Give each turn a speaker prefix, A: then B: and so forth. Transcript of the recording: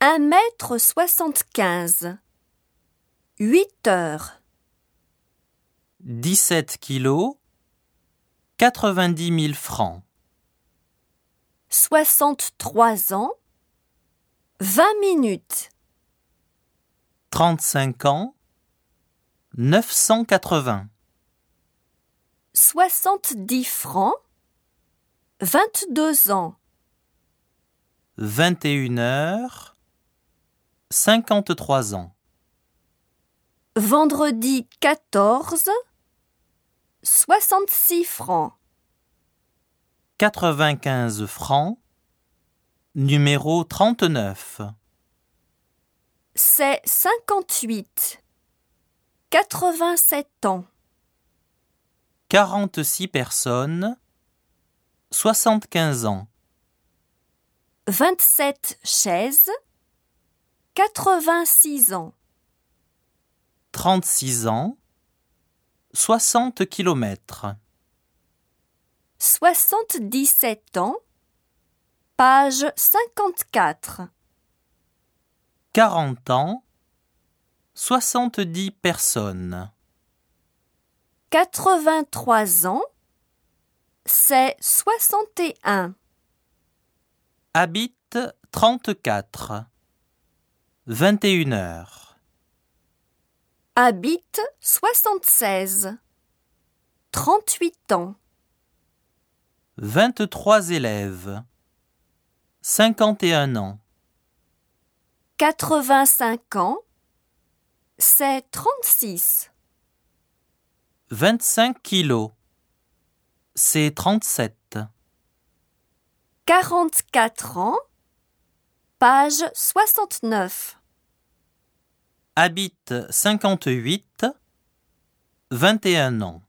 A: Un mètre soixante-quinze. Huit heures.
B: 17 kilos, 90 000 francs,
A: Soixante-trois ans. Vingt minutes.
B: 35 ans, 980,
A: Soixante-dix francs. Vingt-deux ans.
B: 21 heures, 53 ans,
A: Vendredi 14. Soixante-six francs.
B: 95 francs, numéro 39,
A: C'est cinquante-huit. Quatre-vingt-sept ans.
B: 46 personnes, 75 ans,
A: Vingt-sept chaises. Quatre-vingt-six ans.
B: 36 ans, 60 kilomètres.
A: Soixante-dix-sept ans. Page 54.
B: 40 ans, 70 personnes,
A: 83 ans. C'est 61.
B: habitent 34, 21 heures,
A: Habite 76. 38 ans.
B: 23 élèves, 51 ans,
A: 85 ans. C'est 36.
B: 25 kilos, c'est 37,
A: 44 ans. Page 69.
B: habitent 58, 21 ans.